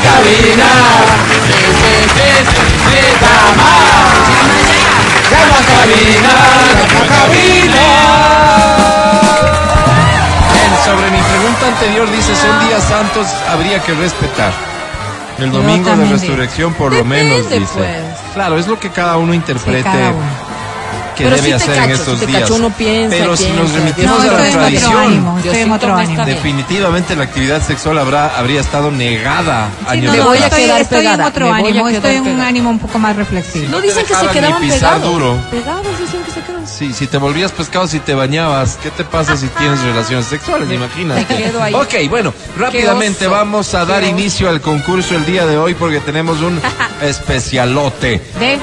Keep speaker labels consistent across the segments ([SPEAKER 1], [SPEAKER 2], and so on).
[SPEAKER 1] cabina. Llama ya. Llama a cabina. Llama a cabina.
[SPEAKER 2] Bien, sobre mi pregunta anterior dice, son días santos, habría que respetar. El
[SPEAKER 3] Yo
[SPEAKER 2] domingo de
[SPEAKER 3] también digo.
[SPEAKER 2] resurrección por
[SPEAKER 3] Depende,
[SPEAKER 2] lo menos dice.
[SPEAKER 3] pues.
[SPEAKER 2] Claro, es lo que cada uno interprete
[SPEAKER 3] cada uno.
[SPEAKER 2] que
[SPEAKER 3] Pero
[SPEAKER 2] debe
[SPEAKER 3] sí te
[SPEAKER 2] hacer en
[SPEAKER 3] cacho,
[SPEAKER 2] estos
[SPEAKER 3] sí te
[SPEAKER 2] días.
[SPEAKER 3] cacho, uno piensa,
[SPEAKER 2] Pero si nos
[SPEAKER 3] piensa,
[SPEAKER 2] remitimos
[SPEAKER 3] piensa.
[SPEAKER 2] a
[SPEAKER 3] No,
[SPEAKER 2] la
[SPEAKER 3] estoy en otro
[SPEAKER 2] tradición,
[SPEAKER 3] ánimo.
[SPEAKER 4] estoy en
[SPEAKER 3] Diosito
[SPEAKER 4] otro
[SPEAKER 3] me
[SPEAKER 4] ánimo.
[SPEAKER 3] está bien.
[SPEAKER 2] definitivamente la actividad sexual habrá habría estado negada
[SPEAKER 4] Sí,
[SPEAKER 2] años
[SPEAKER 4] no,
[SPEAKER 3] Me
[SPEAKER 4] no,
[SPEAKER 3] voy a
[SPEAKER 2] atrás.
[SPEAKER 4] estoy,
[SPEAKER 3] quedar
[SPEAKER 4] estoy en
[SPEAKER 3] pegada,
[SPEAKER 4] otro
[SPEAKER 3] me voy a
[SPEAKER 4] ánimo,
[SPEAKER 3] quedar
[SPEAKER 4] estoy en un
[SPEAKER 3] pegada.
[SPEAKER 4] ánimo un poco más reflexivo.
[SPEAKER 3] No
[SPEAKER 2] te
[SPEAKER 3] dicen que se
[SPEAKER 2] dejaban ni
[SPEAKER 3] quedaban
[SPEAKER 2] pisar
[SPEAKER 3] pegados.
[SPEAKER 2] duro.
[SPEAKER 3] Pegados, dicen que se quedaban.
[SPEAKER 2] Sí, si te volvías pescado, si te bañabas, ¿qué te pasa si tienes relaciones sexuales? Imagínate.
[SPEAKER 3] Me quedo ahí.
[SPEAKER 2] Ok, bueno, rápidamente
[SPEAKER 3] oso.
[SPEAKER 2] vamos a dar
[SPEAKER 3] Qué oso.
[SPEAKER 2] inicio al concurso el día de hoy porque tenemos un especialote.
[SPEAKER 4] De,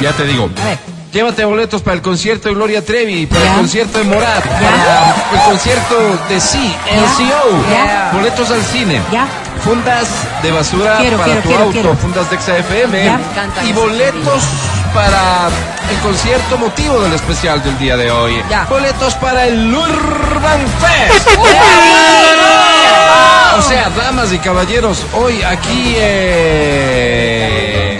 [SPEAKER 2] Ya te digo.
[SPEAKER 4] a ver,
[SPEAKER 2] Llévate boletos para el concierto de Gloria Trevi, para
[SPEAKER 4] Ya.
[SPEAKER 2] el concierto de Morat, para el concierto de Sí, LCO,
[SPEAKER 4] Ya.
[SPEAKER 2] boletos al cine.
[SPEAKER 4] ya.
[SPEAKER 2] Fundas de basura
[SPEAKER 4] Quiero,
[SPEAKER 2] para
[SPEAKER 4] quiero,
[SPEAKER 2] tu
[SPEAKER 4] quiero,
[SPEAKER 2] auto,
[SPEAKER 4] quiero.
[SPEAKER 2] fundas de XFM
[SPEAKER 4] Ya.
[SPEAKER 3] Canta
[SPEAKER 2] y
[SPEAKER 3] esa
[SPEAKER 2] boletos para el concierto motivo del especial del día de hoy.
[SPEAKER 3] Ya.
[SPEAKER 2] Boletos para el Urban Fest. o sea, damas y caballeros, hoy aquí eh...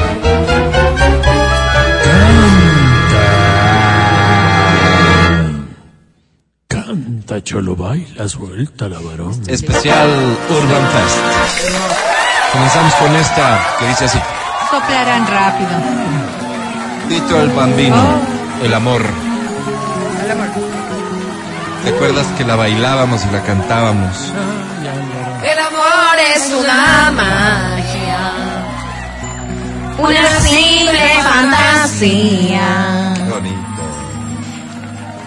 [SPEAKER 5] Canta, cholo, bailas, vuelta la varón.
[SPEAKER 2] especial Urban Fest. Comenzamos con esta que dice así.
[SPEAKER 4] Soplarán rápido.
[SPEAKER 2] Tito el Bambino, el amor. ¿Te acuerdas que la bailábamos y la cantábamos?
[SPEAKER 6] El amor es una magia, una simple fantasía.
[SPEAKER 2] Qué bonito.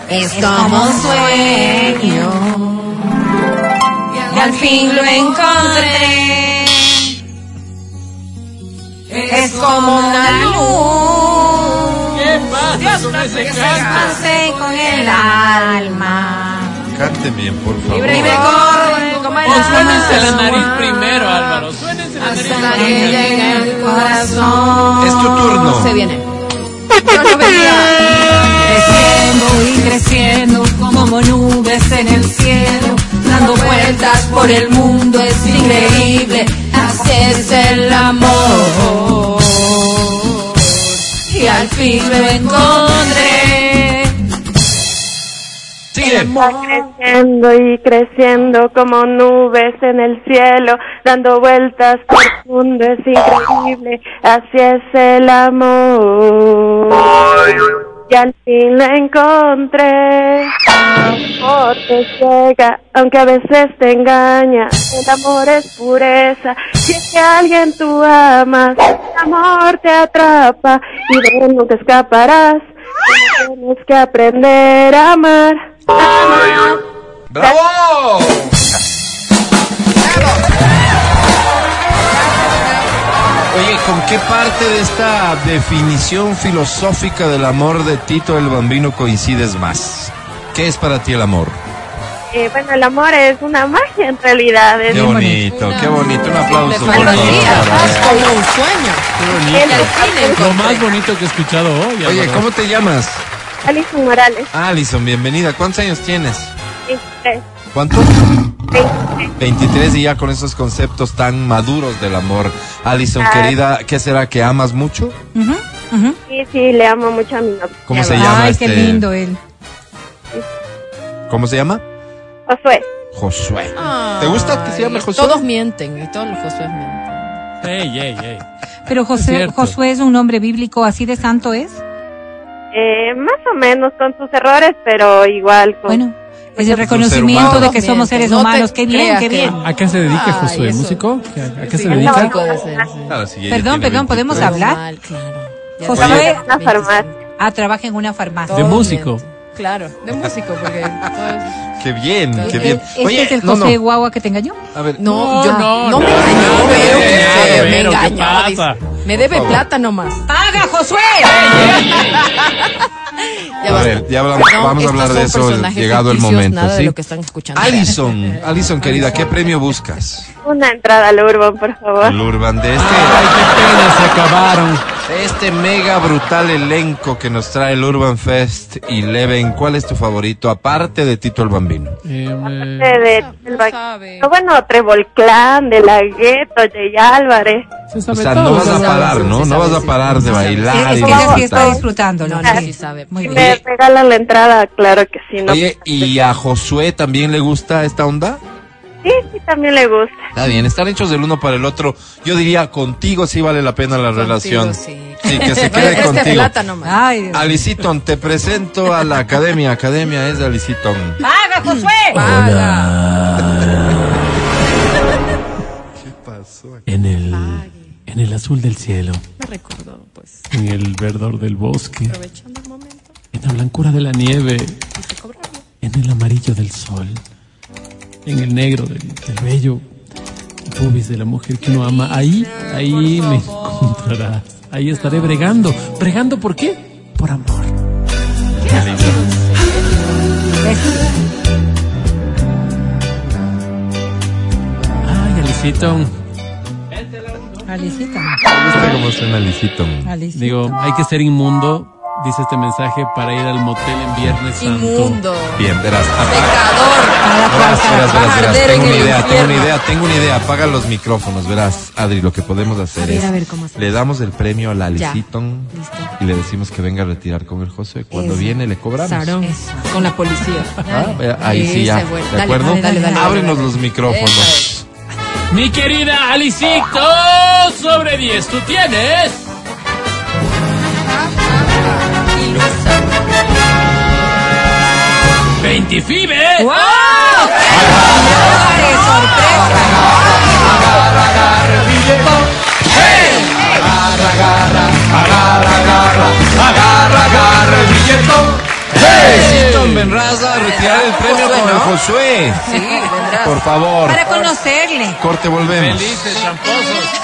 [SPEAKER 6] Es como un sueño, y al fin lo encontré. Es como una luz pasé con el alma.
[SPEAKER 2] Cante bien, por favor.
[SPEAKER 6] Y me corre como el
[SPEAKER 5] Suénense la nariz
[SPEAKER 6] agua.
[SPEAKER 5] primero, Álvaro. Suénense la nariz
[SPEAKER 6] Hasta que llegue el corazón.
[SPEAKER 2] Es tu turno.
[SPEAKER 6] Se viene. Yo no venía.
[SPEAKER 4] Creciendo y creciendo como nubes en el cielo, dando vueltas por el mundo es increíble, hacerse el amor. Y al fin lo encontré.
[SPEAKER 2] Sigue.
[SPEAKER 7] Creciendo y creciendo como nubes en el cielo, dando vueltas por el mundo, es increíble, así es el amor. Y al fin lo encontré, el amor te llega, aunque a veces te engaña, el amor es pureza, si es que a alguien tú amas, el amor te atrapa y de él nunca escaparás, tienes que aprender a amar.
[SPEAKER 2] ¡Bravo! Oye, ¿con qué parte de esta definición filosófica del amor de Tito el Bambino coincides más? ¿Qué es para ti el amor?
[SPEAKER 7] Eh, bueno, el amor es una magia en realidad. Es
[SPEAKER 2] Qué bonito, qué bonito. Un aplauso, por favor.
[SPEAKER 3] Fantasía,
[SPEAKER 2] para
[SPEAKER 3] es
[SPEAKER 2] él.
[SPEAKER 3] como un sueño.
[SPEAKER 5] Lo más bonito que he escuchado hoy,
[SPEAKER 2] Oye,
[SPEAKER 5] Álvaro.
[SPEAKER 2] ¿cómo te llamas?
[SPEAKER 7] Alison Morales.
[SPEAKER 2] Alison, bienvenida. ¿Cuántos años tienes?
[SPEAKER 7] este,
[SPEAKER 2] ¿Cuánto?
[SPEAKER 7] este,
[SPEAKER 2] 23 y ya con esos conceptos tan maduros del amor. Alison,
[SPEAKER 7] Ah.
[SPEAKER 2] querida, ¿qué será que amas mucho?
[SPEAKER 4] Ujú, ujú.
[SPEAKER 7] Sí, sí, le amo mucho a mi novio.
[SPEAKER 2] ¿Cómo se
[SPEAKER 4] Ay,
[SPEAKER 2] llama
[SPEAKER 4] qué
[SPEAKER 2] este?
[SPEAKER 4] lindo él.
[SPEAKER 2] ¿Cómo se llama?
[SPEAKER 7] Josué.
[SPEAKER 2] Josué.
[SPEAKER 4] Ah.
[SPEAKER 2] ¿Te gusta que se llame
[SPEAKER 3] Y
[SPEAKER 2] Josué?
[SPEAKER 3] Todos mienten, y todos los Josué mienten.
[SPEAKER 5] Ey, ey, ey.
[SPEAKER 4] Pero
[SPEAKER 5] Es
[SPEAKER 4] José,
[SPEAKER 5] cierto.
[SPEAKER 4] Josué es un hombre bíblico, así de santo es.
[SPEAKER 7] Eh, más o menos con sus errores, pero igual con...
[SPEAKER 4] Bueno, es el
[SPEAKER 2] un ser
[SPEAKER 4] reconocimiento
[SPEAKER 2] humano.
[SPEAKER 4] de que somos seres
[SPEAKER 3] No te
[SPEAKER 4] humanos. Qué bien,
[SPEAKER 3] creas
[SPEAKER 4] qué
[SPEAKER 3] que
[SPEAKER 4] bien.
[SPEAKER 3] no.
[SPEAKER 5] ¿A qué se dedica
[SPEAKER 3] Ay,
[SPEAKER 5] Josué?
[SPEAKER 3] eso.
[SPEAKER 5] ¿Músico? ¿A a qué se
[SPEAKER 3] Sí,
[SPEAKER 5] dedica?
[SPEAKER 3] músico debe ser, sí.
[SPEAKER 2] Claro, sí, ella
[SPEAKER 4] Perdón,
[SPEAKER 2] tiene 23.
[SPEAKER 4] perdón, ¿podemos hablar?
[SPEAKER 3] Mal, claro. Ya
[SPEAKER 4] Josué,
[SPEAKER 3] tiene
[SPEAKER 7] Una
[SPEAKER 3] 25.
[SPEAKER 7] farmacia.
[SPEAKER 4] Ah, trabaja en una farmacia.
[SPEAKER 5] De
[SPEAKER 3] Todos
[SPEAKER 5] músico.
[SPEAKER 3] mienten. Claro, de músico, porque todos-
[SPEAKER 2] Qué bien, qué
[SPEAKER 4] Eh,
[SPEAKER 2] bien.
[SPEAKER 4] ¿Este es el
[SPEAKER 2] no,
[SPEAKER 4] José
[SPEAKER 2] no.
[SPEAKER 4] Guagua que te engañó?
[SPEAKER 2] A ver,
[SPEAKER 3] No,
[SPEAKER 5] No,
[SPEAKER 3] yo
[SPEAKER 5] no,
[SPEAKER 3] no,
[SPEAKER 5] no,
[SPEAKER 3] me engañó,
[SPEAKER 5] no,
[SPEAKER 3] pero qué
[SPEAKER 2] no,
[SPEAKER 3] feo, me
[SPEAKER 5] pero, ¿qué
[SPEAKER 3] engañó.
[SPEAKER 5] pasa?
[SPEAKER 3] dice. Me debe
[SPEAKER 2] Por favor.
[SPEAKER 3] plata nomás.
[SPEAKER 4] ¡Paga, Josué!
[SPEAKER 3] Ya
[SPEAKER 2] A
[SPEAKER 3] basta.
[SPEAKER 2] ver, ya hablamos- vamos a
[SPEAKER 3] estos
[SPEAKER 2] hablar de
[SPEAKER 3] son
[SPEAKER 2] eso,
[SPEAKER 3] personajes
[SPEAKER 2] llegado el
[SPEAKER 3] ficticios,
[SPEAKER 2] momento,
[SPEAKER 3] Nada
[SPEAKER 2] ¿sí?
[SPEAKER 3] de lo que están escuchando.
[SPEAKER 2] Alison, Alison querida, ¿qué premio buscas?
[SPEAKER 7] Una entrada al Urban, por favor.
[SPEAKER 2] El Urban de este.
[SPEAKER 5] Ay, qué pena, se acabaron.
[SPEAKER 2] Este mega brutal elenco que nos trae el Urban Fest y Leven, ¿cuál es tu favorito? Aparte de Tito el Bambino.
[SPEAKER 5] Em, eh,
[SPEAKER 7] De, de- del ba- no, bueno, Trevol Clan, de la Gueto, Jay Álvarez.
[SPEAKER 5] se
[SPEAKER 2] O
[SPEAKER 5] sabe
[SPEAKER 2] sea,
[SPEAKER 5] todo,
[SPEAKER 2] no vas
[SPEAKER 5] se
[SPEAKER 2] a
[SPEAKER 5] sabe.
[SPEAKER 2] parar, ¿no? No vas a parar de bailar.
[SPEAKER 4] Es
[SPEAKER 2] y
[SPEAKER 4] que ella sí está
[SPEAKER 2] disfrutar.
[SPEAKER 4] disfrutándolo.
[SPEAKER 3] No, no,
[SPEAKER 4] sí.
[SPEAKER 3] sí sabe.
[SPEAKER 4] Muy
[SPEAKER 7] Si
[SPEAKER 4] bien.
[SPEAKER 7] me regalan la entrada, claro que sí. No.
[SPEAKER 2] Oye, ¿y a Josué también le gusta esta onda?
[SPEAKER 7] Sí, sí, también le gusta.
[SPEAKER 2] Está bien, están hechos del uno para el otro. Yo diría, contigo sí vale la pena la relación.
[SPEAKER 3] sí.
[SPEAKER 2] que se
[SPEAKER 3] Oye,
[SPEAKER 2] quede
[SPEAKER 3] este
[SPEAKER 2] contigo.
[SPEAKER 3] relata nomás.
[SPEAKER 4] Ay, Dios.
[SPEAKER 2] Alicitón, te presento a la academia. Academia es de Alicitón.
[SPEAKER 6] ¡Paga, Josué!
[SPEAKER 5] En el, en el azul del cielo,
[SPEAKER 3] Me recordó, pues,
[SPEAKER 5] en el verdor del bosque,
[SPEAKER 3] aprovechando el momento,
[SPEAKER 5] en la blancura de la nieve,
[SPEAKER 3] quise cobrarlo.
[SPEAKER 5] en el amarillo del sol, en el negro del, del bello pubis de la mujer que uno ama. Ahí, ahí me encontrarás. Ahí estaré bregando. ¿Bregando por qué? Por amor. Ay, Alicito.
[SPEAKER 4] Alicita.
[SPEAKER 2] Me gusta cómo suena Alicitón.
[SPEAKER 4] Alicita.
[SPEAKER 5] Digo, hay que ser inmundo, dice este mensaje, para ir al motel en Viernes Santo.
[SPEAKER 3] Inmundo.
[SPEAKER 2] Bien, verás. apaga-
[SPEAKER 3] Pecador.
[SPEAKER 2] Verás, verás, verás, verás.
[SPEAKER 3] Arder
[SPEAKER 2] Tengo
[SPEAKER 3] en
[SPEAKER 2] una
[SPEAKER 3] el
[SPEAKER 2] idea, tengo una
[SPEAKER 3] infierno.
[SPEAKER 2] idea, tengo una idea. Apaga los micrófonos, verás, Adri, lo que podemos hacer
[SPEAKER 3] ver,
[SPEAKER 2] es.
[SPEAKER 3] a ver, ¿cómo hacemos?
[SPEAKER 2] Le damos el premio a la Alicitón
[SPEAKER 3] listo.
[SPEAKER 2] y le decimos que venga a retirar con el José. Cuando
[SPEAKER 3] Eso.
[SPEAKER 2] viene le cobramos.
[SPEAKER 3] Sarón. Con la policía.
[SPEAKER 2] Ah, eh, ahí sí,
[SPEAKER 3] Ese
[SPEAKER 2] ya.
[SPEAKER 3] bueno.
[SPEAKER 2] ¿De
[SPEAKER 3] Dale,
[SPEAKER 2] acuerdo?
[SPEAKER 3] dale, dale, dale,
[SPEAKER 2] Ábrenos
[SPEAKER 3] dale.
[SPEAKER 2] los micrófonos.
[SPEAKER 5] Mi querida Alicito, sobre 10 tú tienes. ¡25!
[SPEAKER 2] Alicitón, vendrás a retirar el premio con el Josué. Por favor.
[SPEAKER 4] Para conocerle.
[SPEAKER 2] Corte, volvemos.
[SPEAKER 5] Felices, tramposos.